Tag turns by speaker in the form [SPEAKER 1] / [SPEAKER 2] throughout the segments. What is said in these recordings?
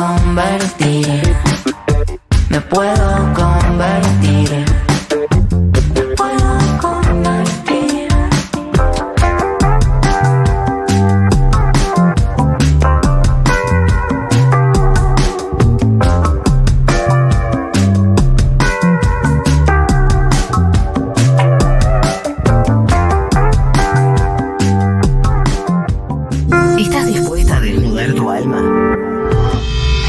[SPEAKER 1] convertir. Me puedo convertir. Me puedo convertir.
[SPEAKER 2] ¿Estás dispuesta a desnudar tu alma?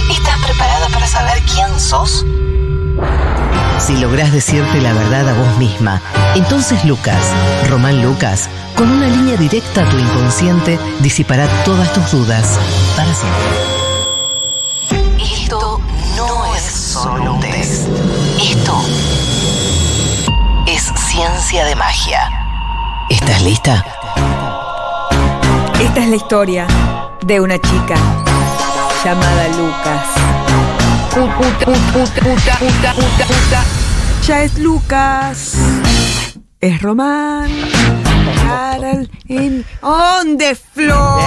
[SPEAKER 3] ¿Estás preparada para saber quién sos?
[SPEAKER 2] Si lográs decirte la verdad a vos misma, entonces Lucas, Román Lucas, con una línea directa a tu inconsciente, disipará todas tus dudas para siempre.
[SPEAKER 3] Esto no es solo un test. Esto es ciencia de magia.
[SPEAKER 2] ¿Estás lista?
[SPEAKER 4] Esta es la historia de una chica llamada Lucas. Ya es Lucas. Es Román. Carol in- on the floor.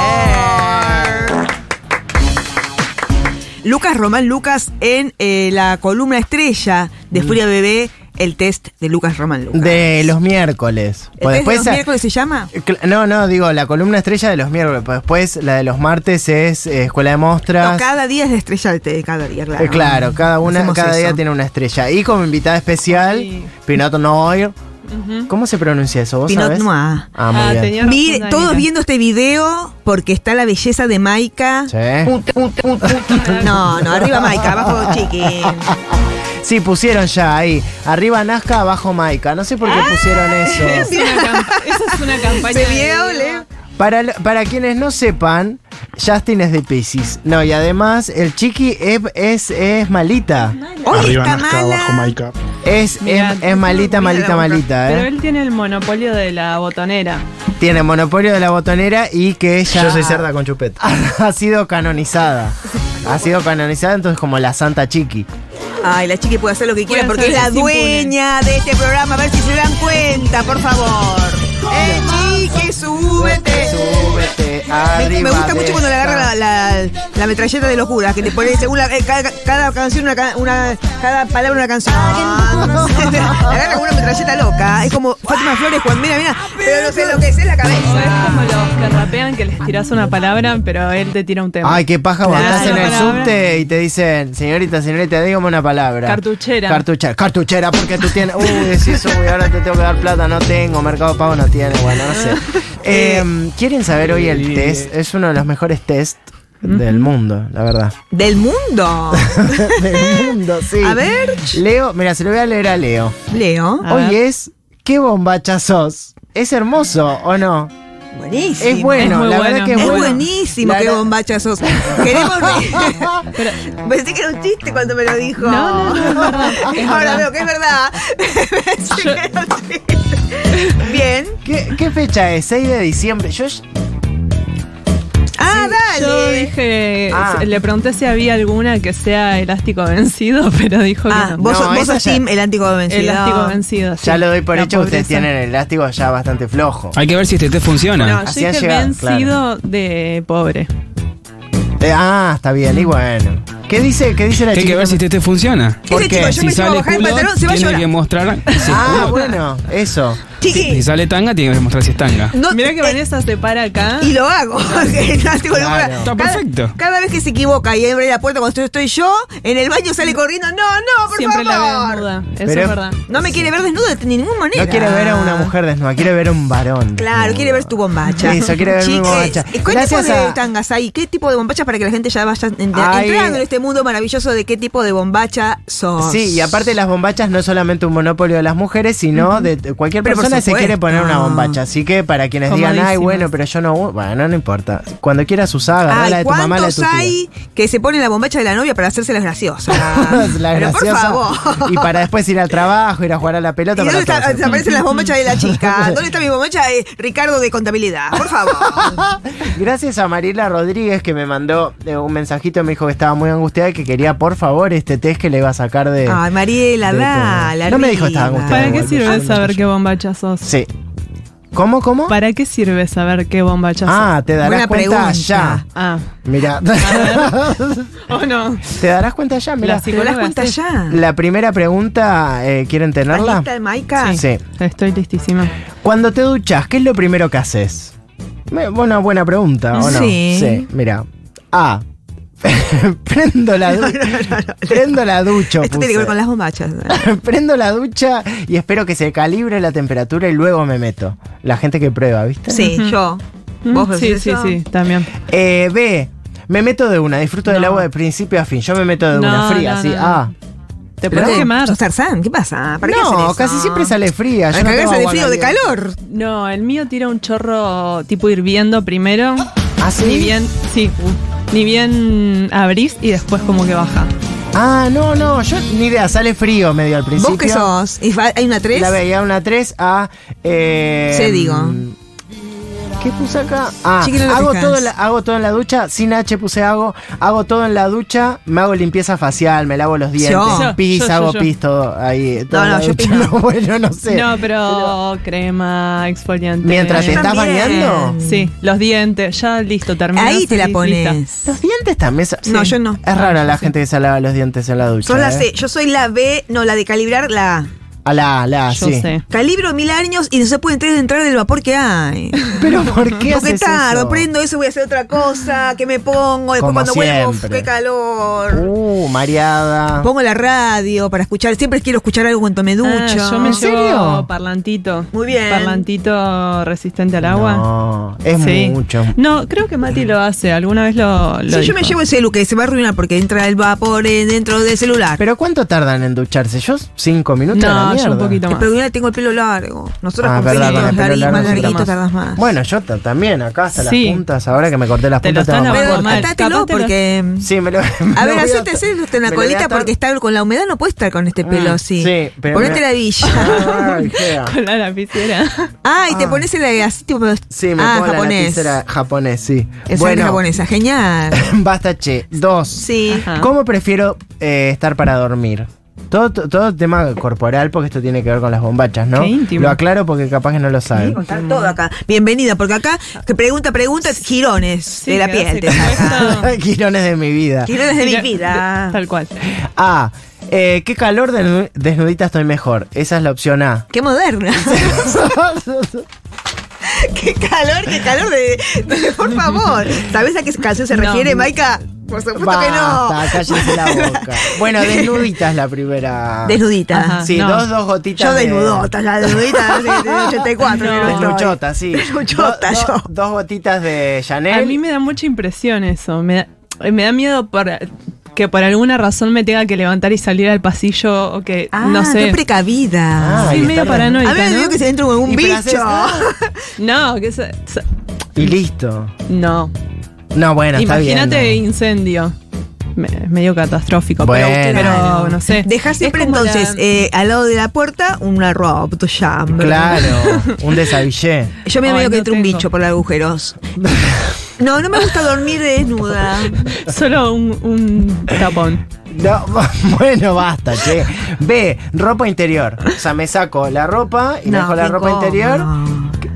[SPEAKER 4] Lucas Román Lucas en eh, la columna estrella de Furia Bebé, el test de Lucas Román Lucas.
[SPEAKER 5] De los miércoles.
[SPEAKER 4] ¿El
[SPEAKER 5] Pues
[SPEAKER 4] test de los
[SPEAKER 5] a-
[SPEAKER 4] miércoles se llama?
[SPEAKER 5] Cl- No, no, digo, la columna estrella de los miércoles. pues Después la de los martes es eh, Escuela de Mostras.
[SPEAKER 4] No, cada día es de estrellarte, cada día, claro.
[SPEAKER 5] Eh, claro, cada una,
[SPEAKER 4] Hacemos
[SPEAKER 5] cada día
[SPEAKER 4] eso.
[SPEAKER 5] tiene una estrella. Y como invitada especial,
[SPEAKER 6] Sí.
[SPEAKER 5] Pinoto Noir. ¿Cómo se pronuncia eso? ¿Vos
[SPEAKER 4] Pinot
[SPEAKER 5] sabés?
[SPEAKER 4] Noir.
[SPEAKER 5] Ah, muy
[SPEAKER 6] Ah,
[SPEAKER 5] bien.
[SPEAKER 6] tenía razón,
[SPEAKER 4] Mire,
[SPEAKER 6] Anita.
[SPEAKER 4] todos viendo este video porque está la belleza de Maika.
[SPEAKER 5] Sí.
[SPEAKER 4] No, no, arriba Maika, abajo Chiqui.
[SPEAKER 5] Sí, pusieron ya ahí. Arriba Nazca, abajo Maika. No sé por qué
[SPEAKER 4] Ah,
[SPEAKER 5] pusieron eso.
[SPEAKER 6] Es una cam- Esa es una campaña.
[SPEAKER 4] Se
[SPEAKER 6] de-
[SPEAKER 4] vio, ¿eh?
[SPEAKER 5] Para, lo- para quienes no sepan, Justin es de Pisces. No, y además el chiqui es, es, es malita.
[SPEAKER 4] Hoy
[SPEAKER 7] Arriba
[SPEAKER 4] está
[SPEAKER 7] Nazca, abajo
[SPEAKER 4] mala.
[SPEAKER 7] Maika.
[SPEAKER 5] Es,
[SPEAKER 6] Mirá,
[SPEAKER 5] es, es malita,
[SPEAKER 4] mira la
[SPEAKER 5] malita,
[SPEAKER 4] boca.
[SPEAKER 5] malita,
[SPEAKER 6] Pero
[SPEAKER 5] ¿eh?
[SPEAKER 6] él tiene el monopolio de la botonera.
[SPEAKER 5] Tiene monopolio de la botonera y que ella
[SPEAKER 7] Yo soy cerda con chupeta.
[SPEAKER 5] ha sido canonizada. Ha sido canonizada entonces como la Santa Chiqui.
[SPEAKER 4] Ay, la Chiqui puede hacer lo que quiera
[SPEAKER 6] Puede
[SPEAKER 4] porque es
[SPEAKER 6] hacer
[SPEAKER 4] la
[SPEAKER 6] lo que se impone.
[SPEAKER 4] dueña de este programa. A ver si se dan cuenta, por favor. ¡Eh, Chiqui, súbete!
[SPEAKER 5] Súbete
[SPEAKER 4] Me,
[SPEAKER 5] arriba.
[SPEAKER 4] me gusta
[SPEAKER 5] de
[SPEAKER 4] mucho cuando le
[SPEAKER 5] esta.
[SPEAKER 4] agarra la, la- la metralleta de locura, que te pone según la- eh, cada, cada canción, una, ca- una- cada palabra una canción. Le agarra como una metralleta loca. Es como Fátima Flores cuando mira, mira, pero no sé lo que es, es la
[SPEAKER 6] O es
[SPEAKER 4] cabeza. ¿eh?
[SPEAKER 6] como los que rapean que les tirás una palabra, pero él te tira un tema.
[SPEAKER 5] Ay, qué paja cuando
[SPEAKER 6] Em, Claro,
[SPEAKER 5] estás en el
[SPEAKER 6] palabra.
[SPEAKER 5] subte y te dicen, señorita, señorita, dígame una palabra.
[SPEAKER 6] Cartuchera.
[SPEAKER 5] Cartuchera. Cartuchera, porque tú tienes. Uy, decís, uy, ahora te tengo que dar plata, no tengo, Mercado Pago no tiene, bueno, no sé. Eh, ¿Quieren saber hoy el test? Es uno de los mejores test del mundo, la verdad.
[SPEAKER 4] Del mundo.
[SPEAKER 5] del mundo, sí.
[SPEAKER 4] A ver.
[SPEAKER 5] Leo, mira, se lo voy a leer a Leo.
[SPEAKER 4] Leo.
[SPEAKER 6] A
[SPEAKER 5] Hoy
[SPEAKER 6] ver.
[SPEAKER 5] es, ¿qué bombacha sos? ¿Es hermoso o no?
[SPEAKER 4] Buenísimo.
[SPEAKER 5] Es bueno,
[SPEAKER 6] Es muy
[SPEAKER 5] la verdad
[SPEAKER 6] bueno.
[SPEAKER 5] que es,
[SPEAKER 4] Es
[SPEAKER 5] bueno.
[SPEAKER 4] buenísimo,
[SPEAKER 5] La-
[SPEAKER 4] qué
[SPEAKER 5] la-
[SPEAKER 4] bombacha sos. Queremos ver-
[SPEAKER 6] Pero-
[SPEAKER 4] Pensé que era un chiste cuando me lo dijo.
[SPEAKER 6] No, no, no, es verdad, es
[SPEAKER 4] Ahora
[SPEAKER 6] verdad.
[SPEAKER 4] veo que es verdad. Pensé que era un chiste. Bien.
[SPEAKER 5] ¿Qué, qué fecha es? 6 de diciembre. Yo
[SPEAKER 4] Ah,
[SPEAKER 6] Yo
[SPEAKER 4] dale.
[SPEAKER 6] dije,
[SPEAKER 5] Ah.
[SPEAKER 6] le pregunté si había alguna que sea elástico vencido, pero dijo que
[SPEAKER 4] Ah,
[SPEAKER 6] no.
[SPEAKER 4] vos,
[SPEAKER 5] No,
[SPEAKER 4] sos- vos
[SPEAKER 5] esa
[SPEAKER 4] sos
[SPEAKER 5] ya-
[SPEAKER 4] team elástico vencido.
[SPEAKER 6] Elástico vencido. sí.
[SPEAKER 5] Ya lo doy por
[SPEAKER 6] La
[SPEAKER 5] hecho, ustedes
[SPEAKER 6] pobreza.
[SPEAKER 5] tienen el elástico ya bastante flojo.
[SPEAKER 8] Hay que ver si este test
[SPEAKER 6] No,
[SPEAKER 8] funciona.
[SPEAKER 6] yo
[SPEAKER 5] Así han
[SPEAKER 6] dije
[SPEAKER 5] llegado,
[SPEAKER 6] vencido de pobre.
[SPEAKER 5] Eh, ah, está bien, y bueno. ¿Qué dice, qué dice la
[SPEAKER 8] Hay
[SPEAKER 5] chica?
[SPEAKER 8] que ver si este test funciona.
[SPEAKER 4] Ese
[SPEAKER 5] ¿Por qué?
[SPEAKER 4] chico, yo
[SPEAKER 8] Si
[SPEAKER 4] me llevo a
[SPEAKER 8] sale
[SPEAKER 4] bajar el
[SPEAKER 8] culo,
[SPEAKER 4] pantalón, se va a
[SPEAKER 8] tiene
[SPEAKER 4] llorar.
[SPEAKER 8] que mostrar. si es
[SPEAKER 5] Ah,
[SPEAKER 8] culo-
[SPEAKER 5] bueno, eso.
[SPEAKER 8] Si
[SPEAKER 4] Chiqui,
[SPEAKER 8] sale tanga, tiene que mostrar si es tanga.
[SPEAKER 4] no-
[SPEAKER 6] Mirá que
[SPEAKER 4] eh,
[SPEAKER 6] Vanessa se para acá.
[SPEAKER 4] Y lo hago. Elástico de
[SPEAKER 5] Claro.
[SPEAKER 4] locura.
[SPEAKER 8] Está
[SPEAKER 4] Cada-
[SPEAKER 8] perfecto.
[SPEAKER 4] Cada vez que se equivoca y abre la puerta cuando estoy, estoy yo, en el baño sale corriendo. No, no, por
[SPEAKER 6] Siempre la veo
[SPEAKER 4] favor.
[SPEAKER 6] desnuda. Eso
[SPEAKER 5] Pero-
[SPEAKER 6] es verdad.
[SPEAKER 4] no me quiere ver desnuda de ninguna manera.
[SPEAKER 5] No quiere ver a una mujer desnuda, quiere ver a un varón.
[SPEAKER 4] Claro, quiere ver tu bombacha.
[SPEAKER 5] Eso, quiere ver mi
[SPEAKER 4] Chiques,
[SPEAKER 5] bombacha.
[SPEAKER 4] ¿Cuál tipo
[SPEAKER 5] Gracias
[SPEAKER 4] de
[SPEAKER 5] a-
[SPEAKER 4] tangas hay? ¿Qué tipo de bombachas para que la gente ya vaya ent-
[SPEAKER 5] Ay.
[SPEAKER 4] entrando en este mundo maravilloso de qué tipo de bombacha son?
[SPEAKER 5] Sí, y aparte las bombachas no es solamente un monopolio de las mujeres, sino de de cualquier
[SPEAKER 4] Pero por
[SPEAKER 5] persona se
[SPEAKER 4] supuesto.
[SPEAKER 5] quiere poner una bombacha. Así que para quienes digan, ay,
[SPEAKER 6] Comodísimas.
[SPEAKER 5] bueno, pero yo no... u-", Bueno, no importa. Cuando quieras usar, agarrá
[SPEAKER 4] Ay,
[SPEAKER 5] la de tu mamá, la de tu
[SPEAKER 4] Ah,
[SPEAKER 5] tía.
[SPEAKER 4] ¿cuántos hay que se ponen la bombacha de la novia para hacerse las graciosas?
[SPEAKER 5] La
[SPEAKER 4] Pero por
[SPEAKER 5] graciosa.
[SPEAKER 4] favor.
[SPEAKER 5] Ah, Y para después ir al trabajo, ir a jugar a la pelota.
[SPEAKER 4] ¿Y
[SPEAKER 5] para
[SPEAKER 4] dónde está-
[SPEAKER 5] todo hacer.
[SPEAKER 4] desaparecen las bombachas de la chica? ¿Dónde está mi bombacha? Eh, Ricardo de contabilidad, por favor.
[SPEAKER 5] Gracias a Mariela Rodríguez que me mandó eh, un mensajito, me dijo que estaba muy angustiada y que quería por favor este test que le iba a sacar de...
[SPEAKER 4] Ay, Mariela,
[SPEAKER 5] de
[SPEAKER 4] dale.
[SPEAKER 5] todo. No me dijo que estaba
[SPEAKER 4] arriba.
[SPEAKER 5] angustiada.
[SPEAKER 6] ¿Para qué
[SPEAKER 5] Bueno,
[SPEAKER 6] sirve
[SPEAKER 5] sí,
[SPEAKER 6] saber
[SPEAKER 5] yo-
[SPEAKER 6] qué bombacha sos?
[SPEAKER 5] Sí. ¿Cómo, cómo?
[SPEAKER 6] ¿Para qué sirve saber qué bombachazo?
[SPEAKER 5] Ah, te darás
[SPEAKER 4] Buena
[SPEAKER 5] cuenta
[SPEAKER 4] pregunta.
[SPEAKER 5] ya.
[SPEAKER 6] Ah.
[SPEAKER 5] Mira,
[SPEAKER 6] Oh, no.
[SPEAKER 5] te darás cuenta ya, mira.
[SPEAKER 6] La
[SPEAKER 4] ¿Te das
[SPEAKER 6] psicóloga,
[SPEAKER 4] cuenta
[SPEAKER 6] sí.
[SPEAKER 4] ya?
[SPEAKER 5] La primera pregunta, eh, ¿quieren
[SPEAKER 4] ¿Estás
[SPEAKER 5] tenerla?
[SPEAKER 4] lista, Maika?
[SPEAKER 5] Sí.
[SPEAKER 6] Estoy listísima.
[SPEAKER 5] Cuando te duchas, ¿qué es lo primero que haces? Me- Una buena pregunta, ¿o no?
[SPEAKER 4] Sí.
[SPEAKER 5] mira. A. prendo la ducha. Prendo la ducha.
[SPEAKER 4] Esto tiene que
[SPEAKER 5] puse.
[SPEAKER 4] ver con las bombachas. ¿eh?
[SPEAKER 5] Prendo la ducha y espero que se calibre la temperatura y luego me meto. La gente que prueba, ¿viste?
[SPEAKER 4] Sí, yo. ¿Vos
[SPEAKER 6] Mm, sí,
[SPEAKER 4] decís
[SPEAKER 6] sí,
[SPEAKER 4] eso?
[SPEAKER 6] sí, también.
[SPEAKER 5] Eh, B. Me meto de una, disfruto del
[SPEAKER 6] No.
[SPEAKER 5] agua de principio a fin. Yo me meto de una
[SPEAKER 6] No,
[SPEAKER 5] fría,
[SPEAKER 6] no,
[SPEAKER 5] así.
[SPEAKER 6] no, no.
[SPEAKER 5] Ah.
[SPEAKER 6] Te
[SPEAKER 5] Pero-
[SPEAKER 6] puedes quemar.
[SPEAKER 4] ¿Sos Tarzán? ¿Qué pasa? ¿Para qué hacen
[SPEAKER 5] No,
[SPEAKER 4] eso?
[SPEAKER 5] casi siempre sale fría.
[SPEAKER 4] A
[SPEAKER 5] yo no tengo
[SPEAKER 4] cagarse de
[SPEAKER 5] agua
[SPEAKER 4] frío o de
[SPEAKER 5] caliente.
[SPEAKER 4] calor.
[SPEAKER 6] No, el mío tira un chorro tipo hirviendo primero.
[SPEAKER 5] ¿Ah, sí?
[SPEAKER 6] Ni bien, sí, uh, ni bien abrís y después como que baja.
[SPEAKER 5] Ah, no, no, yo ni idea, sale frío medio al principio.
[SPEAKER 4] ¿Vos qué sos? ¿Y va- ¿Hay una tres?
[SPEAKER 5] La veía una 3 a. Eh,
[SPEAKER 4] Se digo.
[SPEAKER 5] ¿Qué puse acá? Ah,
[SPEAKER 4] Chiqui, no lo
[SPEAKER 5] hago
[SPEAKER 4] fijás.
[SPEAKER 5] todo, en la, hago todo en la ducha. Sin H puse hago. Hago todo en la ducha. Me hago limpieza facial, me lavo los dientes.
[SPEAKER 4] Yo.
[SPEAKER 5] pis,
[SPEAKER 6] Yo, yo,
[SPEAKER 5] hago
[SPEAKER 6] yo.
[SPEAKER 5] pis, todo ahí. todo en
[SPEAKER 4] no,
[SPEAKER 5] la
[SPEAKER 4] yo
[SPEAKER 5] ducha.
[SPEAKER 4] pis no.
[SPEAKER 5] No, bueno, no sé.
[SPEAKER 6] no, pero crema, exfoliante.
[SPEAKER 5] Mientras te estás
[SPEAKER 4] También.
[SPEAKER 5] bañando.
[SPEAKER 6] Sí, los dientes, ya listo, terminaste.
[SPEAKER 4] Ahí te la pones.
[SPEAKER 5] Los dientes también. sa-
[SPEAKER 4] No, yo no.
[SPEAKER 5] Es rara la gente que se lava los dientes en la ducha.
[SPEAKER 4] Sos la
[SPEAKER 5] ¿eh?
[SPEAKER 4] C. Yo soy la B, no, la de calibrar la A.
[SPEAKER 5] A la, a la,
[SPEAKER 6] Yo
[SPEAKER 5] Ah, sí.
[SPEAKER 6] sé.
[SPEAKER 4] Calibro mil años y no se puede entrar, entrar del vapor que hay.
[SPEAKER 5] Pero ¿por qué
[SPEAKER 4] Porque
[SPEAKER 5] haces
[SPEAKER 4] tardo,
[SPEAKER 5] eso?
[SPEAKER 4] prendo eso, voy a hacer otra cosa, que me pongo, después
[SPEAKER 5] Como
[SPEAKER 4] cuando vuelvo,
[SPEAKER 5] siempre.
[SPEAKER 4] qué calor.
[SPEAKER 5] Uh, mareada.
[SPEAKER 4] Pongo la radio para escuchar, siempre quiero escuchar algo cuando me ducho.
[SPEAKER 6] Ah, yo me
[SPEAKER 5] ¿En serio?
[SPEAKER 6] llevo parlantito.
[SPEAKER 4] Muy bien.
[SPEAKER 6] Parlantito resistente al agua.
[SPEAKER 5] No, es
[SPEAKER 6] Sí.
[SPEAKER 5] mucho.
[SPEAKER 6] No, creo que Mati lo hace. Alguna vez lo, lo
[SPEAKER 4] Sí, yo me
[SPEAKER 6] dijo.
[SPEAKER 4] llevo el celu que se va a arruinar porque entra el vapor eh, dentro del celular.
[SPEAKER 5] ¿Pero cuánto tardan en ducharse? ¿Yo? ¿Cinco minutos? a la
[SPEAKER 6] No, yo
[SPEAKER 5] mierda.
[SPEAKER 6] un poquito más.
[SPEAKER 4] Pero yo tengo el pelo largo. Nosotros
[SPEAKER 5] Ah,
[SPEAKER 4] como
[SPEAKER 5] verdad,
[SPEAKER 4] tenemos
[SPEAKER 5] con el
[SPEAKER 4] los
[SPEAKER 5] pelo
[SPEAKER 4] largos,
[SPEAKER 5] largo
[SPEAKER 4] más
[SPEAKER 5] se tarda
[SPEAKER 4] larguito
[SPEAKER 5] más.
[SPEAKER 4] tardas más.
[SPEAKER 5] Bueno, yo ta- también, acá hasta
[SPEAKER 6] Sí.
[SPEAKER 5] las puntas, ahora que me corté las
[SPEAKER 6] Te lo
[SPEAKER 5] puntas.
[SPEAKER 6] están
[SPEAKER 5] más.
[SPEAKER 4] pero
[SPEAKER 6] Bueno, mal.
[SPEAKER 4] atátelo
[SPEAKER 6] Capaz te lo-
[SPEAKER 4] porque.
[SPEAKER 5] Sí, me lo.
[SPEAKER 4] A ver, hacete hacerte una colita porque está con la humedad no puede estar con este pelo
[SPEAKER 5] Mm,
[SPEAKER 4] así.
[SPEAKER 5] sí, pero
[SPEAKER 4] Ponete
[SPEAKER 5] me- Ah.
[SPEAKER 4] la villa.
[SPEAKER 5] Ay, fea.
[SPEAKER 6] Con la lapicera.
[SPEAKER 4] ah, y te
[SPEAKER 5] Ah.
[SPEAKER 4] pones el así tipo.
[SPEAKER 5] Sí, me
[SPEAKER 4] ah,
[SPEAKER 5] pongo la
[SPEAKER 4] japonés.
[SPEAKER 5] lapicera japonés, sí.
[SPEAKER 4] Es
[SPEAKER 5] bueno,
[SPEAKER 4] una japonesa, genial.
[SPEAKER 5] basta, che. Dos.
[SPEAKER 4] Sí.
[SPEAKER 6] Ajá.
[SPEAKER 5] ¿Cómo prefiero eh, estar para dormir? Todo, todo tema corporal, porque esto tiene que ver con las bombachas, ¿no?
[SPEAKER 6] Qué íntimo.
[SPEAKER 5] Lo aclaro porque capaz que no lo saben.
[SPEAKER 4] Contar todo acá. Bienvenida, porque acá que pregunta, pregunta, girones de la piel. te saca.
[SPEAKER 5] Girones de mi vida.
[SPEAKER 4] Girones de mi vida.
[SPEAKER 6] Tal cual.
[SPEAKER 5] A. Eh, ¿Qué calor desnu- desnudita estoy mejor? Esa es la opción A.
[SPEAKER 4] Qué moderna. qué calor, qué calor de, de- por favor. ¿Sabes a qué canción se
[SPEAKER 6] No.
[SPEAKER 4] refiere, Maika? Por supuesto
[SPEAKER 5] Basta,
[SPEAKER 4] que no.
[SPEAKER 5] cállense la boca. Bueno, desnudita es la primera.
[SPEAKER 4] Desnudita.
[SPEAKER 6] Ajá.
[SPEAKER 5] Sí,
[SPEAKER 6] No.
[SPEAKER 5] dos, dos gotitas.
[SPEAKER 4] Yo
[SPEAKER 5] de-
[SPEAKER 4] desnudota, ya desnudita desde el 84. que no estoy.
[SPEAKER 5] Desnuchota, sí.
[SPEAKER 4] Desnuchota,
[SPEAKER 5] Do- do-
[SPEAKER 4] yo.
[SPEAKER 5] Dos gotitas de Chanel.
[SPEAKER 6] A mí me da mucha impresión eso. Me da, me da miedo por- que por alguna razón me tenga que levantar y salir al pasillo o que
[SPEAKER 4] Ah,
[SPEAKER 6] no
[SPEAKER 4] qué
[SPEAKER 6] sé.
[SPEAKER 4] precavida.
[SPEAKER 5] Ah,
[SPEAKER 6] Soy
[SPEAKER 5] y
[SPEAKER 6] medio
[SPEAKER 5] está-
[SPEAKER 6] paranoica,
[SPEAKER 4] a mí me
[SPEAKER 6] ¿no?
[SPEAKER 4] dio que se entra con un
[SPEAKER 5] Y pero
[SPEAKER 4] bicho.
[SPEAKER 5] haces-
[SPEAKER 6] No, que se- se-
[SPEAKER 5] Y listo.
[SPEAKER 6] no.
[SPEAKER 5] No, bueno,
[SPEAKER 6] Imagínate
[SPEAKER 5] está bien.
[SPEAKER 6] incendio. Me- es medio catastrófico,
[SPEAKER 5] Bueno.
[SPEAKER 6] pero, pero no sé.
[SPEAKER 4] Dejar siempre
[SPEAKER 6] Es como
[SPEAKER 4] entonces
[SPEAKER 6] la-
[SPEAKER 4] eh, al lado de la puerta una ropa, tu chambre.
[SPEAKER 5] Claro, un desabillé.
[SPEAKER 4] Yo me
[SPEAKER 6] Ay,
[SPEAKER 4] veo que
[SPEAKER 6] no
[SPEAKER 4] entra un
[SPEAKER 6] tengo.
[SPEAKER 4] bicho por los agujeros. No, no me gusta dormir desnuda.
[SPEAKER 6] Solo un, un tapón.
[SPEAKER 5] No, bueno, basta, che. B, ropa interior. O sea, me saco la ropa y me dejo la
[SPEAKER 4] qué
[SPEAKER 5] ropa
[SPEAKER 4] incómodo.
[SPEAKER 5] interior.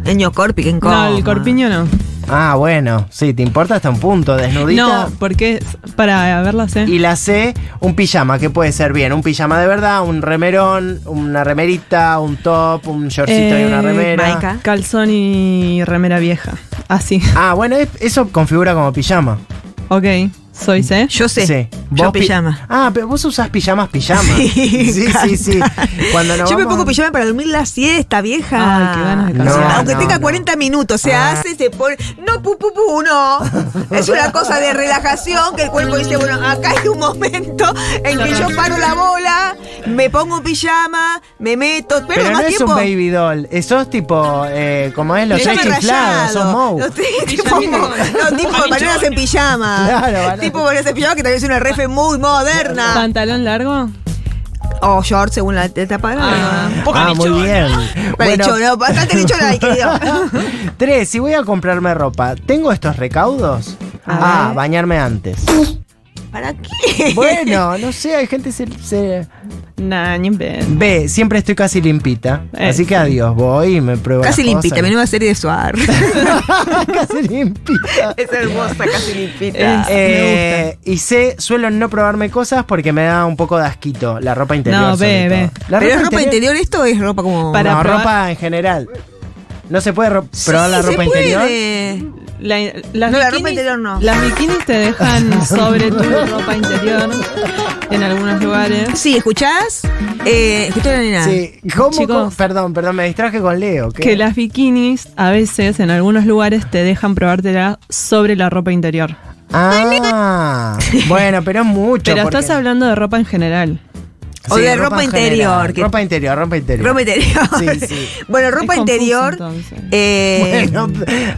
[SPEAKER 4] El ñocorpi, que
[SPEAKER 6] No, el corpiño no.
[SPEAKER 5] Ah, bueno, sí, te importa hasta un punto, desnudita.
[SPEAKER 6] No, porque es- para verlas, ¿eh?
[SPEAKER 5] Y la C, un pijama, que puede ser bien, un pijama de verdad, un remerón, una remerita, un top, un shortcito y una
[SPEAKER 6] Eh,
[SPEAKER 5] remera.
[SPEAKER 4] Maica.
[SPEAKER 6] Calzón y remera vieja. Así.
[SPEAKER 5] Ah, bueno, es- eso configura como pijama.
[SPEAKER 6] Ok, soy C.
[SPEAKER 4] Yo sé.
[SPEAKER 5] Vos
[SPEAKER 4] Yo
[SPEAKER 5] pi-
[SPEAKER 4] pijama.
[SPEAKER 5] Ah, pero vos usás pijamas, pijamas.
[SPEAKER 4] Sí,
[SPEAKER 5] sí, sí, sí. Cuando nos
[SPEAKER 4] Yo me
[SPEAKER 5] vamos-
[SPEAKER 4] pongo pijama para dormir la siesta, vieja.
[SPEAKER 6] Ay, qué ganas de No,
[SPEAKER 5] calzar.
[SPEAKER 4] Aunque
[SPEAKER 5] no,
[SPEAKER 4] tenga
[SPEAKER 5] no. Ah.
[SPEAKER 4] 40 minutos, se hace, se pone. No, pu, pu, pu, no. Es una cosa de relajación que el cuerpo dice, bueno, acá hay un momento en que yo paro la bola, me pongo pijama, me meto, pero,
[SPEAKER 5] Pero no
[SPEAKER 4] más
[SPEAKER 5] es
[SPEAKER 4] tiempo.
[SPEAKER 5] un baby doll, eh, sos tipo, eh, como es los
[SPEAKER 4] Pijama
[SPEAKER 5] tres chiflados, sos
[SPEAKER 4] rayado.
[SPEAKER 5] Moe.
[SPEAKER 4] Los tres-
[SPEAKER 6] Pijamita
[SPEAKER 4] tipo,
[SPEAKER 6] con-
[SPEAKER 4] no, tipo de bananas en pijama.
[SPEAKER 5] Claro, bananas.
[SPEAKER 4] Tipo bananas en pijama, que también es una refe muy moderna.
[SPEAKER 6] ¿Pantalón largo?
[SPEAKER 4] O short, según la etapa.
[SPEAKER 6] Ah.
[SPEAKER 5] Ah, muy bien.
[SPEAKER 4] Para el choro, bastante lechona hay, querido.
[SPEAKER 5] Tres, si voy a comprarme ropa, ¿tengo estos recaudos?
[SPEAKER 6] A
[SPEAKER 5] A, bañarme antes.
[SPEAKER 4] ¿Para qué?
[SPEAKER 5] Bueno, no sé, hay gente se, se-
[SPEAKER 6] Nah, ni en pedo.
[SPEAKER 5] B, siempre estoy casi limpita.
[SPEAKER 6] Eh,
[SPEAKER 5] así que adiós, voy y me pruebo.
[SPEAKER 4] Casi
[SPEAKER 5] las
[SPEAKER 4] limpita,
[SPEAKER 5] cosas.
[SPEAKER 4] menuda serie de Suar.
[SPEAKER 5] casi limpita.
[SPEAKER 4] es hermosa, casi limpita.
[SPEAKER 6] Es- me
[SPEAKER 5] Eh, y C, suelo no probarme cosas porque me da un poco de asquito. La ropa interior.
[SPEAKER 6] No,
[SPEAKER 5] sobre
[SPEAKER 6] ve,
[SPEAKER 5] todo.
[SPEAKER 6] ve.
[SPEAKER 5] La
[SPEAKER 4] ¿Pero es ropa interior esto o es ropa como.?
[SPEAKER 6] Para-
[SPEAKER 5] no,
[SPEAKER 6] probar-
[SPEAKER 5] ropa en general. No se puede ro-
[SPEAKER 4] Sí,
[SPEAKER 5] probar la
[SPEAKER 4] se
[SPEAKER 5] ropa
[SPEAKER 4] puede.
[SPEAKER 5] interior.
[SPEAKER 6] La- las
[SPEAKER 4] No, la
[SPEAKER 6] bikinis-
[SPEAKER 4] ropa interior no.
[SPEAKER 6] Las bikinis te dejan sobre tu ropa interior en algunos lugares.
[SPEAKER 4] Sí, ¿escuchás? Eh, ¿Escuchás la nena?
[SPEAKER 5] Sí, ¿cómo?
[SPEAKER 6] Chicos.
[SPEAKER 5] cómo? Perdón, perdón, me distraje con Leo. ¿qué?
[SPEAKER 6] Que las bikinis a veces en algunos lugares te dejan probártela sobre la ropa interior.
[SPEAKER 5] Ah, bueno, pero es mucho.
[SPEAKER 6] Pero
[SPEAKER 5] porque-
[SPEAKER 6] estás hablando de ropa en general.
[SPEAKER 4] O de ropa
[SPEAKER 5] en general.
[SPEAKER 4] interior, que-
[SPEAKER 5] Ropa interior, ropa interior.
[SPEAKER 4] Ropa interior.
[SPEAKER 5] Sí, sí.
[SPEAKER 4] Bueno, ropa
[SPEAKER 6] Es confuso,
[SPEAKER 4] interior.
[SPEAKER 6] entonces.
[SPEAKER 4] eh,
[SPEAKER 5] Bueno,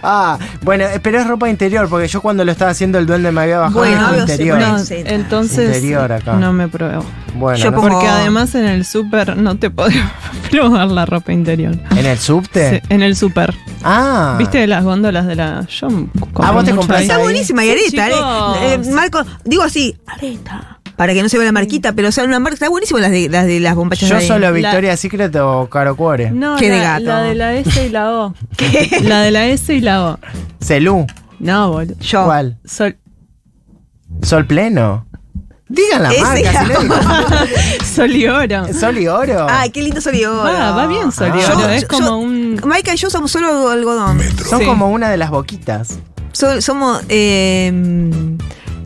[SPEAKER 5] ah, bueno, eh, pero es ropa interior, porque yo cuando lo estaba haciendo el duende me había bajado
[SPEAKER 4] Bueno,
[SPEAKER 5] ropa
[SPEAKER 4] Ah, obvio, sí,
[SPEAKER 5] interior.
[SPEAKER 4] bueno,
[SPEAKER 6] No,
[SPEAKER 4] sí. Zeta.
[SPEAKER 6] entonces
[SPEAKER 5] Interior acá.
[SPEAKER 6] no me pruebo.
[SPEAKER 5] Bueno,
[SPEAKER 4] Yo
[SPEAKER 5] no-
[SPEAKER 4] Como-
[SPEAKER 6] Porque además en el súper no te podés probar la ropa interior.
[SPEAKER 5] ¿en el subte?
[SPEAKER 6] Sí, en el súper.
[SPEAKER 5] Ah.
[SPEAKER 6] ¿Viste las góndolas de la... Yo compro
[SPEAKER 5] Ah, vos te
[SPEAKER 6] mucho
[SPEAKER 5] compras
[SPEAKER 6] ahí.
[SPEAKER 5] ahí.
[SPEAKER 4] Está buenísima, y Areta.
[SPEAKER 6] Sí,
[SPEAKER 4] eh.
[SPEAKER 6] chicos.
[SPEAKER 4] Eh, Marco, digo así, Areta. Para que no se vea la marquita, pero o sea, una marca. Está buenísima las de las, de las bombachas.
[SPEAKER 5] Yo
[SPEAKER 4] de-
[SPEAKER 5] solo Victoria Secret o Caro Cuore.
[SPEAKER 6] No,
[SPEAKER 4] Qué
[SPEAKER 6] la,
[SPEAKER 4] de gato.
[SPEAKER 6] la de la S y la O. La de la S y la O.
[SPEAKER 5] Celú.
[SPEAKER 6] No, boludo.
[SPEAKER 4] Yo.
[SPEAKER 5] ¿Cuál?
[SPEAKER 6] Sol,
[SPEAKER 5] Sol pleno. Digan la
[SPEAKER 4] Ese
[SPEAKER 5] marca, si no digo-
[SPEAKER 6] sol y oro.
[SPEAKER 5] Sol y oro.
[SPEAKER 4] Ay, qué lindo Solioro.
[SPEAKER 6] Va, va bien sol y
[SPEAKER 5] Ah.
[SPEAKER 6] oro.
[SPEAKER 5] Yo-
[SPEAKER 6] es como un...
[SPEAKER 4] Maika y yo somos solo algodón.
[SPEAKER 5] Son
[SPEAKER 6] sí.
[SPEAKER 5] como una de las boquitas.
[SPEAKER 4] So- somos. Eh,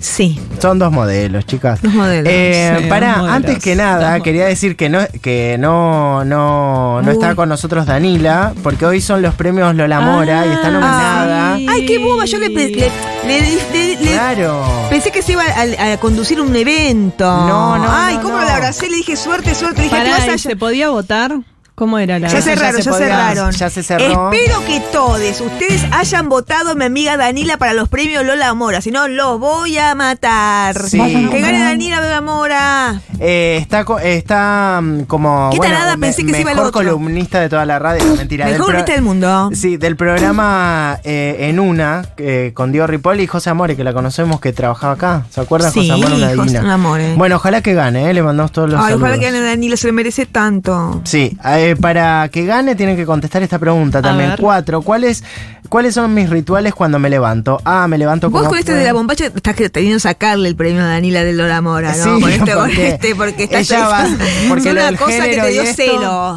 [SPEAKER 4] sí,
[SPEAKER 5] Son dos modelos, chicas.
[SPEAKER 4] los modelos.
[SPEAKER 5] Eh,
[SPEAKER 6] Sí,
[SPEAKER 5] pará,
[SPEAKER 6] dos modelos.
[SPEAKER 5] antes que
[SPEAKER 6] Dos
[SPEAKER 5] nada,
[SPEAKER 6] modelos.
[SPEAKER 5] quería decir que no, que no, no, no
[SPEAKER 4] Uy.
[SPEAKER 5] está con nosotros Danila, porque hoy son los premios Lola Mora y
[SPEAKER 4] Ah,
[SPEAKER 5] está nominada.
[SPEAKER 6] sí.
[SPEAKER 4] Ay, qué boba. Yo le, pe- le- le- le- le-
[SPEAKER 5] Claro.
[SPEAKER 4] pensé que se iba a, a conducir un evento.
[SPEAKER 5] No, no,
[SPEAKER 4] Ay,
[SPEAKER 5] no,
[SPEAKER 4] cómo
[SPEAKER 5] no.
[SPEAKER 4] la abracé, le dije suerte, suerte. Le dije,
[SPEAKER 6] Pará,
[SPEAKER 4] ¿qué vas a
[SPEAKER 6] ¿y ¿se podía votar? ¿Cómo era la...?
[SPEAKER 4] Ya
[SPEAKER 5] se-
[SPEAKER 4] cerraron,
[SPEAKER 5] se
[SPEAKER 4] ya,
[SPEAKER 5] podía-
[SPEAKER 4] cerraron.
[SPEAKER 5] ya se cerró.
[SPEAKER 4] Espero que todos ustedes hayan votado a mi amiga Danila para los premios Lola Mora. Si no, los voy a matar.
[SPEAKER 5] Sí.
[SPEAKER 4] Que gane Danila Lola Mora.
[SPEAKER 5] Eh, está co- está mm, como
[SPEAKER 4] Qué
[SPEAKER 5] bueno,
[SPEAKER 4] tarada, pensé que se iba al
[SPEAKER 5] mejor
[SPEAKER 4] otro.
[SPEAKER 5] columnista de toda la radio, mentira.
[SPEAKER 4] Mejor
[SPEAKER 5] pro-
[SPEAKER 4] ahorita del mundo.
[SPEAKER 5] Sí, del programa eh, En Una, eh, con Diego Ripoll y José Amore, que la conocemos, que trabajaba acá. ¿Se acuerdan?
[SPEAKER 4] Sí,
[SPEAKER 5] José Amore, una
[SPEAKER 4] José
[SPEAKER 5] divina.
[SPEAKER 4] Amore.
[SPEAKER 5] Bueno, ojalá que gane, ¿eh? le mandamos todos los
[SPEAKER 4] Ay, ojalá
[SPEAKER 5] saludos.
[SPEAKER 4] que gane Danila, se lo merece tanto.
[SPEAKER 5] Sí, eh, para que gane tienen que contestar esta pregunta también.
[SPEAKER 6] ver.
[SPEAKER 5] Cuatro, ¿cuáles, ¿cuáles son mis rituales cuando me levanto? Ah, me levanto
[SPEAKER 4] Vos
[SPEAKER 5] como
[SPEAKER 4] con este
[SPEAKER 5] puedo.
[SPEAKER 4] de la bombacha estás queriendo sacarle el premio a Danila de Lola Mora, ¿no?
[SPEAKER 5] Sí,
[SPEAKER 4] con este, con
[SPEAKER 5] porque
[SPEAKER 4] este, porque estás
[SPEAKER 5] ella va- porque
[SPEAKER 4] es
[SPEAKER 5] lo
[SPEAKER 4] una
[SPEAKER 5] del
[SPEAKER 4] cosa que
[SPEAKER 5] género
[SPEAKER 4] te
[SPEAKER 5] y
[SPEAKER 4] dio
[SPEAKER 5] esto-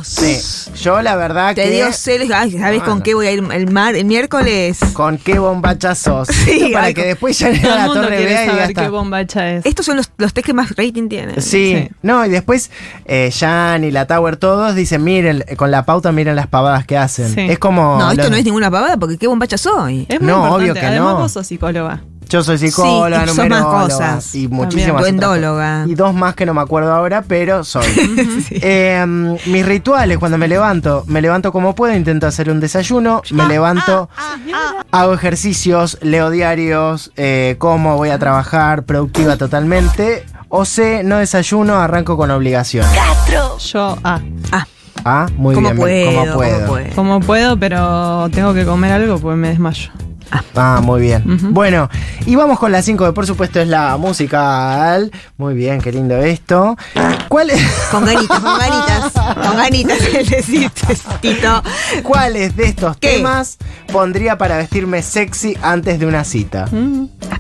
[SPEAKER 4] celos.
[SPEAKER 5] Sí, yo la verdad
[SPEAKER 4] Te
[SPEAKER 5] que... Ah,
[SPEAKER 4] dio celos. Ay, ¿sabes con
[SPEAKER 5] Bueno.
[SPEAKER 4] qué voy a ir el, mar, el miércoles?
[SPEAKER 5] ¿Con qué bombachazos?
[SPEAKER 4] Sí,
[SPEAKER 5] para
[SPEAKER 4] ay,
[SPEAKER 5] que
[SPEAKER 4] con-
[SPEAKER 5] después ya
[SPEAKER 6] Todo
[SPEAKER 5] a
[SPEAKER 6] el
[SPEAKER 5] la
[SPEAKER 6] mundo
[SPEAKER 5] torre
[SPEAKER 6] quiere
[SPEAKER 5] vea y
[SPEAKER 6] saber
[SPEAKER 5] hasta...
[SPEAKER 6] qué bombacha es.
[SPEAKER 4] Estos son los, los test que más rating tienen.
[SPEAKER 5] Sí,
[SPEAKER 6] Sí.
[SPEAKER 5] no, y después eh, Jan y la Tower, todos dicen, miren, eh, con la pauta miren las pavadas que hacen.
[SPEAKER 6] Sí.
[SPEAKER 5] Es como...
[SPEAKER 4] No, esto
[SPEAKER 5] lo-
[SPEAKER 4] no es ninguna pavada porque qué bombacha soy.
[SPEAKER 6] Es muy
[SPEAKER 5] No,
[SPEAKER 6] importante.
[SPEAKER 5] obvio que
[SPEAKER 6] Además
[SPEAKER 5] no.
[SPEAKER 6] vos sos psicóloga.
[SPEAKER 5] Yo soy psicóloga,
[SPEAKER 4] Sí, y sos más
[SPEAKER 5] numeróloga
[SPEAKER 4] cosas.
[SPEAKER 5] y muchísimas
[SPEAKER 4] También.
[SPEAKER 5] otras
[SPEAKER 4] Duendóloga.
[SPEAKER 5] cosas. Y dos más que no me acuerdo ahora, pero soy. Eh, mm, mis rituales cuando me levanto, me levanto como puedo, intento hacer un desayuno,
[SPEAKER 4] Ah,
[SPEAKER 5] me levanto, hago ejercicios, leo diarios, eh, como voy a trabajar, productiva totalmente. O C, no desayuno, arranco con obligación.
[SPEAKER 6] Yo, ah,
[SPEAKER 5] Ah, muy
[SPEAKER 4] ¿Cómo,
[SPEAKER 5] bien,
[SPEAKER 4] puedo,
[SPEAKER 5] como
[SPEAKER 4] ¿Cómo
[SPEAKER 5] puedo.
[SPEAKER 4] puedo?
[SPEAKER 6] como puedo, pero tengo que comer algo porque me desmayo.
[SPEAKER 5] Ah, muy bien. Bueno, y vamos con la 5, que por supuesto es la musical. Muy bien, qué lindo esto. ¿Cuál es?
[SPEAKER 4] Con ganitas, con ganitas. Con ganitas le deciste, Tito.
[SPEAKER 5] ¿Cuáles de estos
[SPEAKER 4] ¿Qué?
[SPEAKER 5] temas pondría para vestirme sexy antes de una cita?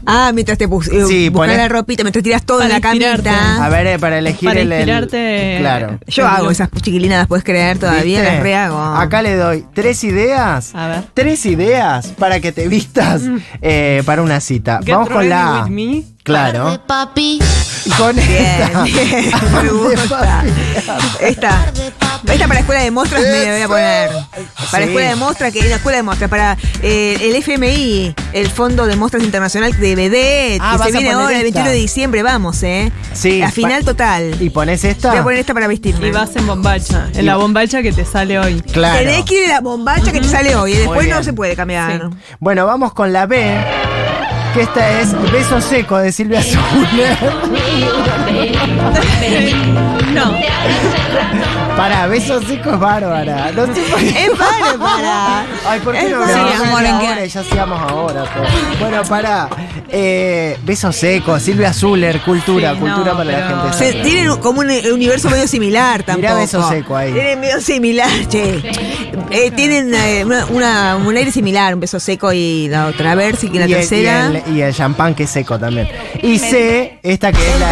[SPEAKER 4] Ah, mientras te puse.
[SPEAKER 5] Sí,
[SPEAKER 4] Sí,
[SPEAKER 5] poné-
[SPEAKER 4] la ropita, mientras tiras todo en
[SPEAKER 6] Para
[SPEAKER 4] la
[SPEAKER 6] inspirarte.
[SPEAKER 4] camita.
[SPEAKER 5] A ver, eh, para elegir
[SPEAKER 6] Para
[SPEAKER 5] el, el-
[SPEAKER 6] inspirarte.
[SPEAKER 5] Claro.
[SPEAKER 4] Yo hago esas chiquilinas, las puedes creer todavía,
[SPEAKER 5] ¿Viste?
[SPEAKER 4] las rehago.
[SPEAKER 5] Acá le doy tres ideas.
[SPEAKER 6] A ver.
[SPEAKER 5] Tres ideas para que te vistas eh, para una cita.
[SPEAKER 6] Get
[SPEAKER 5] Vamos con
[SPEAKER 6] ready
[SPEAKER 5] la. A.
[SPEAKER 6] with me.
[SPEAKER 5] Claro.
[SPEAKER 7] papi.
[SPEAKER 5] Y con esta.
[SPEAKER 4] Bien, bien, me gusta. Esta, esta para escuela de mostras me la voy a poner. Para
[SPEAKER 5] Sí.
[SPEAKER 4] escuela de mostras, que es la escuela de mostras, para eh, el FMI, el Fondo de Mostras Internacional de BD,
[SPEAKER 5] Ah,
[SPEAKER 4] que
[SPEAKER 5] vas a
[SPEAKER 4] se viene
[SPEAKER 5] poner
[SPEAKER 4] ahora el
[SPEAKER 5] esta.
[SPEAKER 4] 21 de diciembre, vamos, ¿eh?
[SPEAKER 5] Sí,
[SPEAKER 4] La final
[SPEAKER 5] pa-
[SPEAKER 4] total.
[SPEAKER 5] ¿Y pones esta?
[SPEAKER 4] Voy a poner esta para vestirme.
[SPEAKER 6] Y vas en bombacha, en la bombacha que te sale hoy.
[SPEAKER 5] Claro.
[SPEAKER 4] Tenés que ir a la bombacha que te sale hoy, y
[SPEAKER 5] Muy
[SPEAKER 4] después
[SPEAKER 5] bien.
[SPEAKER 4] no se puede cambiar.
[SPEAKER 6] Sí.
[SPEAKER 5] Bueno, vamos con la B, que esta es Beso Seco de Silvia Zuller.
[SPEAKER 6] No.
[SPEAKER 5] Pará, Beso Seco es bárbara. No sé por qué.
[SPEAKER 4] Es para, para.
[SPEAKER 5] Ay, ¿por qué
[SPEAKER 4] Es
[SPEAKER 5] no
[SPEAKER 4] para-
[SPEAKER 5] grabamos
[SPEAKER 4] Sí, amor, ¿en qué?
[SPEAKER 5] ahora? Ya hacíamos ahora. pues. Bueno, pará. Eh, beso Seco, Silvia Zuller, cultura,
[SPEAKER 6] Sí,
[SPEAKER 5] cultura
[SPEAKER 6] no,
[SPEAKER 5] para la
[SPEAKER 6] pero-
[SPEAKER 5] gente.
[SPEAKER 4] Se-
[SPEAKER 5] seca.
[SPEAKER 4] tienen un- como un eh, universo medio similar tampoco.
[SPEAKER 5] Mirá beso seco ahí.
[SPEAKER 4] Tienen medio similar, che. Eh, tienen eh, una, una- un aire similar, un beso seco y la otra. A ver si que la
[SPEAKER 5] y, el-
[SPEAKER 4] tercera.
[SPEAKER 5] y el, y el champán que es seco también. Y C, esta que es la,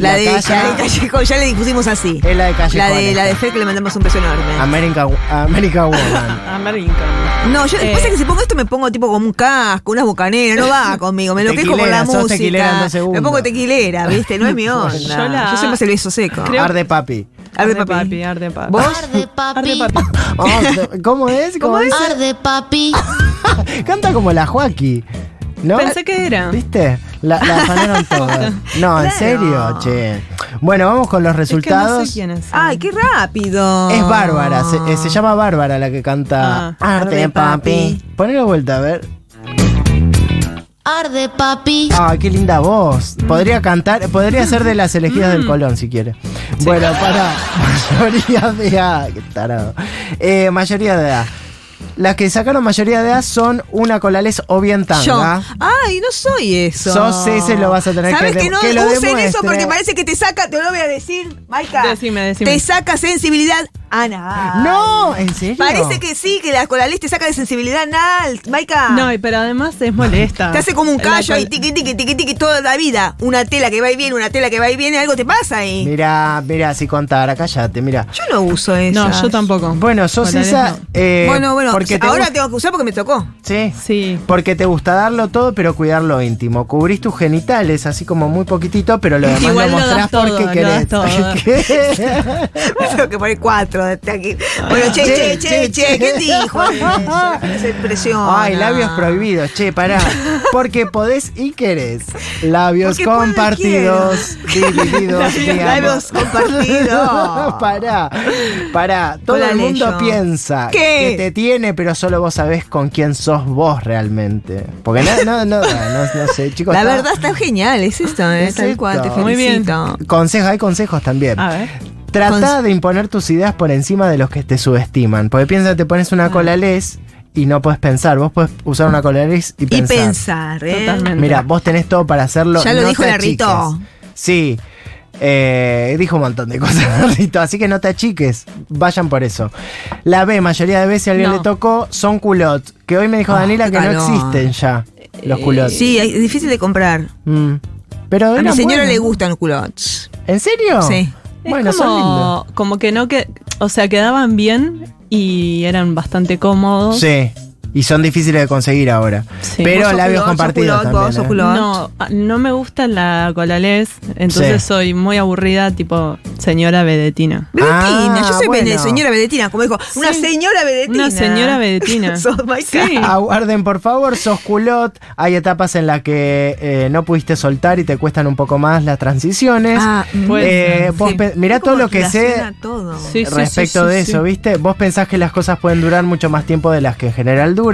[SPEAKER 4] la, de,
[SPEAKER 5] la calle-
[SPEAKER 4] la de Callejón, ya le discutimos así.
[SPEAKER 5] es la de Calle
[SPEAKER 4] La de, la de Fer que le mandamos un beso enorme.
[SPEAKER 5] America, America Woman.
[SPEAKER 6] American.
[SPEAKER 4] No, yo después de
[SPEAKER 6] Eh.
[SPEAKER 4] que si pongo esto me pongo tipo como un casco, unas bucaneras, no va conmigo, me lo quejo con la
[SPEAKER 5] Tequilera, sos tequilera en
[SPEAKER 4] música.
[SPEAKER 5] dos segundos.
[SPEAKER 4] Me pongo tequilera, ¿viste? No es mi onda.
[SPEAKER 6] Yo la-
[SPEAKER 4] Yo siempre se el beso seco.
[SPEAKER 6] Creo-
[SPEAKER 5] Arde papi.
[SPEAKER 4] Arde
[SPEAKER 6] Arde
[SPEAKER 4] papi.
[SPEAKER 6] papi, arde papi.
[SPEAKER 5] ¿Vos?
[SPEAKER 7] Arde papi.
[SPEAKER 6] Arde papi.
[SPEAKER 5] Oh, ¿Cómo es? ¿Cómo, es?
[SPEAKER 7] Arde papi.
[SPEAKER 5] Canta como la Joaquí. ¿No?
[SPEAKER 6] Pensé que era.
[SPEAKER 5] ¿Viste? La, la afanaron todas. No, en
[SPEAKER 4] Claro.
[SPEAKER 5] serio, che. Bueno, vamos con los
[SPEAKER 6] Es que
[SPEAKER 5] resultados.
[SPEAKER 6] no sé quién es. Ah.
[SPEAKER 4] Ay, qué rápido.
[SPEAKER 5] Es Bárbara, se, eh, se llama Bárbara la que canta
[SPEAKER 4] Ah, Arde Papi.
[SPEAKER 5] Ponelo de vuelta, a ver.
[SPEAKER 7] Arde papi.
[SPEAKER 5] Ah, qué linda voz. Podría cantar, podría ser de las elegidas del Colón si quiere. Bueno, para mayoría de A, qué tarado. Eh, mayoría de A. Las que sacaron mayoría de A son una colales o bien tanga.
[SPEAKER 4] Yo. Ay, no soy eso.
[SPEAKER 5] Sos ese, lo vas a tener que
[SPEAKER 4] ¿Sabes que,
[SPEAKER 5] dem-
[SPEAKER 4] no
[SPEAKER 5] que lo
[SPEAKER 4] usen eso
[SPEAKER 5] demuestre.
[SPEAKER 4] porque parece que te saca, te lo voy a decir, Maika.
[SPEAKER 6] Decime, decime.
[SPEAKER 4] Te saca sensibilidad anal.
[SPEAKER 5] No, en serio.
[SPEAKER 4] Parece que sí, que la colales te saca de sensibilidad anal, Maika.
[SPEAKER 6] No, y- pero además es molesta.
[SPEAKER 4] Te hace como un
[SPEAKER 6] La
[SPEAKER 4] callo
[SPEAKER 6] col-
[SPEAKER 4] y tiqui, tiqui, tiqui, tiqui toda la vida. Una tela que va y viene, una tela que va y viene, algo te pasa ahí.
[SPEAKER 5] Mira, mira, si contara, cállate, mira.
[SPEAKER 4] Yo no uso eso.
[SPEAKER 6] No, yo tampoco.
[SPEAKER 5] Bueno, sos
[SPEAKER 6] Colales
[SPEAKER 5] esa.
[SPEAKER 6] no.
[SPEAKER 5] eh,
[SPEAKER 4] bueno, bueno, pues
[SPEAKER 5] porque te
[SPEAKER 4] ahora
[SPEAKER 5] gust-
[SPEAKER 4] tengo que usar porque me tocó.
[SPEAKER 5] Sí.
[SPEAKER 6] Sí.
[SPEAKER 5] Porque te gusta darlo todo, pero cuidar lo íntimo. Cubrís tus genitales, así como muy poquitito, pero lo demás
[SPEAKER 6] Igual
[SPEAKER 5] lo
[SPEAKER 6] lo das
[SPEAKER 5] mostrás
[SPEAKER 6] todo,
[SPEAKER 5] porque
[SPEAKER 6] lo
[SPEAKER 5] querés.
[SPEAKER 6] das todo.
[SPEAKER 5] ¿Qué?
[SPEAKER 4] Tengo que poner cuatro de este aquí. Bueno, che, che, che, che, ¿qué dijo? Se impresiona.
[SPEAKER 5] Ay, labios prohibidos, che, pará. Porque podés y querés. Labios
[SPEAKER 4] Porque puedo y
[SPEAKER 5] compartidos, divididos. digamos.
[SPEAKER 4] labios compartidos.
[SPEAKER 5] pará, pará. Todo
[SPEAKER 4] Hola,
[SPEAKER 5] el mundo
[SPEAKER 4] Leyo.
[SPEAKER 5] piensa
[SPEAKER 4] ¿Qué?
[SPEAKER 5] que te tiene, pero solo vos sabés con quién sos vos realmente. Porque no, no, no, no, no, no sé, chicos.
[SPEAKER 4] La
[SPEAKER 5] está-
[SPEAKER 4] verdad está genial, es esto, ¿eh?
[SPEAKER 5] Es
[SPEAKER 4] tal cual, te
[SPEAKER 5] esto.
[SPEAKER 4] felicito.
[SPEAKER 6] Muy bien.
[SPEAKER 5] Consejos, hay consejos también.
[SPEAKER 6] A ver.
[SPEAKER 5] Trata
[SPEAKER 4] Cons-
[SPEAKER 5] de imponer tus ideas por encima de los que te subestiman. Porque piensa, te pones
[SPEAKER 4] Ah.
[SPEAKER 5] una colales y no puedes pensar. Vos puedes usar una colales y
[SPEAKER 4] Y
[SPEAKER 5] pensar.
[SPEAKER 4] pensar, ¿eh?
[SPEAKER 6] Totalmente.
[SPEAKER 5] Mira, vos tenés todo para hacerlo.
[SPEAKER 4] Ya lo
[SPEAKER 5] no
[SPEAKER 4] dijo
[SPEAKER 5] te
[SPEAKER 4] la Rito.
[SPEAKER 5] achiques. Sí. Eh, dijo un montón de cosas la Rito, así que no te achiques, vayan por eso. La B, mayoría de veces a alguien
[SPEAKER 6] No.
[SPEAKER 5] le tocó, son culot, que hoy me dijo
[SPEAKER 4] Ah,
[SPEAKER 5] Danila
[SPEAKER 4] qué
[SPEAKER 5] que no
[SPEAKER 4] calor.
[SPEAKER 5] existen ya los culot.
[SPEAKER 4] Sí, es difícil de comprar.
[SPEAKER 5] Mm. Pero
[SPEAKER 4] A mi
[SPEAKER 5] eran
[SPEAKER 4] señora
[SPEAKER 5] buenos.
[SPEAKER 4] le gustan culottes.
[SPEAKER 5] ¿En serio?
[SPEAKER 4] Sí.
[SPEAKER 6] Es
[SPEAKER 5] Bueno, son lindos.
[SPEAKER 6] como, como que no que. O sea, quedaban bien y eran bastante cómodos.
[SPEAKER 5] Sí. Y son difíciles de conseguir ahora.
[SPEAKER 6] Sí.
[SPEAKER 5] Pero
[SPEAKER 4] Vos sos
[SPEAKER 5] labios
[SPEAKER 4] culot, sos
[SPEAKER 5] compartidos
[SPEAKER 4] culot,
[SPEAKER 5] también.
[SPEAKER 4] vos sos
[SPEAKER 5] ¿eh?
[SPEAKER 4] culot.
[SPEAKER 6] No, a- no me gusta la colalés, entonces
[SPEAKER 5] Sí.
[SPEAKER 6] soy muy aburrida, tipo señora vedetina.
[SPEAKER 4] Vedetina, yo soy
[SPEAKER 5] Ah, bueno.
[SPEAKER 4] bene- señora vedetina, como dijo, una
[SPEAKER 6] Sí.
[SPEAKER 4] señora vedetina.
[SPEAKER 6] Una señora vedetina.
[SPEAKER 4] Sos my
[SPEAKER 6] Sí.
[SPEAKER 5] Aguarden, por favor, sos culot. Hay etapas en las que eh, no pudiste soltar y te cuestan un poco más las transiciones.
[SPEAKER 4] Ah,
[SPEAKER 6] mm. Puede
[SPEAKER 5] Eh,
[SPEAKER 6] ser,
[SPEAKER 5] vos
[SPEAKER 6] sí.
[SPEAKER 5] pe- mirá todo lo que sé
[SPEAKER 4] relaciona todo.
[SPEAKER 6] Sí, sí, sí,
[SPEAKER 5] respecto
[SPEAKER 6] sí,
[SPEAKER 5] de
[SPEAKER 6] sí.
[SPEAKER 5] eso, ¿viste? Vos pensás que las cosas pueden durar mucho más tiempo de las que en general duran.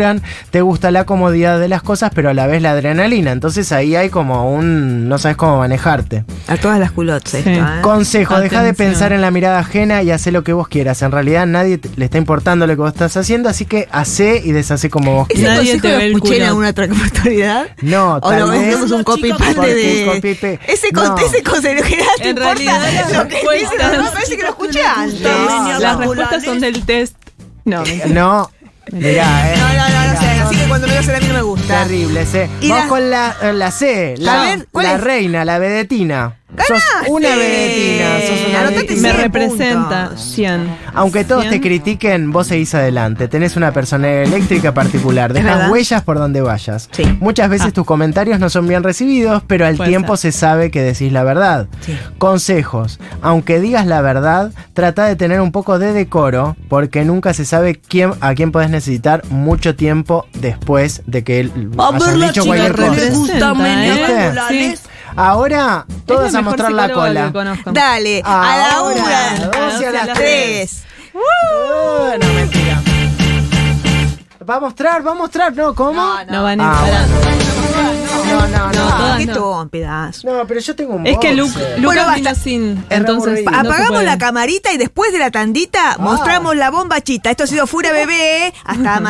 [SPEAKER 5] Te gusta la comodidad de las cosas, pero a la vez la adrenalina. Entonces ahí hay como un. No sabes cómo manejarte.
[SPEAKER 4] A todas las culottes esto, ¿eh?
[SPEAKER 5] Consejo, deja de
[SPEAKER 6] Ah, Atención.
[SPEAKER 5] pensar en la mirada ajena y hace lo que vos quieras. En realidad nadie te- le está importando lo que vos estás haciendo, así que hace y deshace como vos
[SPEAKER 4] Ese
[SPEAKER 5] quieras.
[SPEAKER 6] Nadie
[SPEAKER 4] consejo
[SPEAKER 6] te
[SPEAKER 4] lo
[SPEAKER 6] ve el
[SPEAKER 4] escuché en
[SPEAKER 6] culo.
[SPEAKER 4] alguna otra oportunidad.
[SPEAKER 5] No,
[SPEAKER 4] O
[SPEAKER 5] tal
[SPEAKER 4] lo
[SPEAKER 5] vez-
[SPEAKER 4] vendemos un copy paste
[SPEAKER 5] porque
[SPEAKER 4] de.
[SPEAKER 5] un copy-paste-
[SPEAKER 4] Ese, con-
[SPEAKER 5] No.
[SPEAKER 4] ese consejo general te
[SPEAKER 6] En
[SPEAKER 4] importa
[SPEAKER 6] realidad, las
[SPEAKER 4] lo que dice,
[SPEAKER 6] respuestas-
[SPEAKER 4] no, parece que lo escuché antes.
[SPEAKER 5] No,
[SPEAKER 6] Las respuestas son del test. No, mentira.
[SPEAKER 5] Eh, No, mirá, eh.
[SPEAKER 4] No, no, no, no sé. Así que cuando me lo hacen a mí no me gusta.
[SPEAKER 5] Terrible, C.
[SPEAKER 4] Y
[SPEAKER 5] Vamos
[SPEAKER 4] la-
[SPEAKER 5] con la, eh, la C, la,
[SPEAKER 4] ver, ¿cuál
[SPEAKER 5] la
[SPEAKER 4] es?
[SPEAKER 5] reina, la vedetina. Sos
[SPEAKER 4] ¡Ganaste!
[SPEAKER 5] una vedetina, sos una
[SPEAKER 4] Anotate
[SPEAKER 5] vedetina.
[SPEAKER 6] me
[SPEAKER 4] cien
[SPEAKER 6] representa
[SPEAKER 4] puntos.
[SPEAKER 6] 100.
[SPEAKER 5] Aunque todos te
[SPEAKER 6] Cien.
[SPEAKER 5] critiquen, vos seguís adelante. Tenés una personalidad eléctrica particular. Dejas
[SPEAKER 4] verdad.
[SPEAKER 5] huellas por donde vayas.
[SPEAKER 4] Sí.
[SPEAKER 5] Muchas veces tus comentarios no son bien recibidos, pero al
[SPEAKER 6] Puede
[SPEAKER 5] tiempo se sabe que decís la verdad.
[SPEAKER 4] Sí.
[SPEAKER 5] Consejos. Aunque digas la verdad, trata de tener un poco de decoro, porque nunca se sabe quién, a quién podés necesitar mucho tiempo después de que él hayan dicho
[SPEAKER 6] Me
[SPEAKER 5] cualquier cosa.
[SPEAKER 6] representa, ¿eh?
[SPEAKER 5] ¿Viste?
[SPEAKER 6] Sí.
[SPEAKER 5] Ahora
[SPEAKER 6] Es
[SPEAKER 5] todos
[SPEAKER 6] la
[SPEAKER 5] a
[SPEAKER 6] mejor
[SPEAKER 5] mostrar la
[SPEAKER 6] psicóloga
[SPEAKER 5] cola.
[SPEAKER 6] que conozco.
[SPEAKER 4] Dale, a la
[SPEAKER 5] Ahora,
[SPEAKER 4] una,
[SPEAKER 5] a las
[SPEAKER 4] a
[SPEAKER 5] doce, Ah,
[SPEAKER 4] las tres.
[SPEAKER 5] Uh, no, mentira. va a mostrar, va a mostrar. No, ¿cómo?
[SPEAKER 6] No van
[SPEAKER 5] Ah,
[SPEAKER 6] a entrar.
[SPEAKER 5] No, no,
[SPEAKER 6] No,
[SPEAKER 5] no.
[SPEAKER 6] todas
[SPEAKER 4] Ah, qué
[SPEAKER 6] no.
[SPEAKER 4] tómpedas.
[SPEAKER 5] No, pero yo tengo un
[SPEAKER 6] Es que Luke,
[SPEAKER 5] boxer.
[SPEAKER 6] Luke
[SPEAKER 4] Bueno, basta.
[SPEAKER 6] vino sin.
[SPEAKER 5] re
[SPEAKER 6] Entonces.
[SPEAKER 5] aburrido.
[SPEAKER 6] no se
[SPEAKER 4] Apagamos
[SPEAKER 6] puede.
[SPEAKER 5] Ah. Uh.
[SPEAKER 4] la camarita y después de la tandita mostramos la bomba chita. Esto ha sido Fura Bebé. Hasta mañana.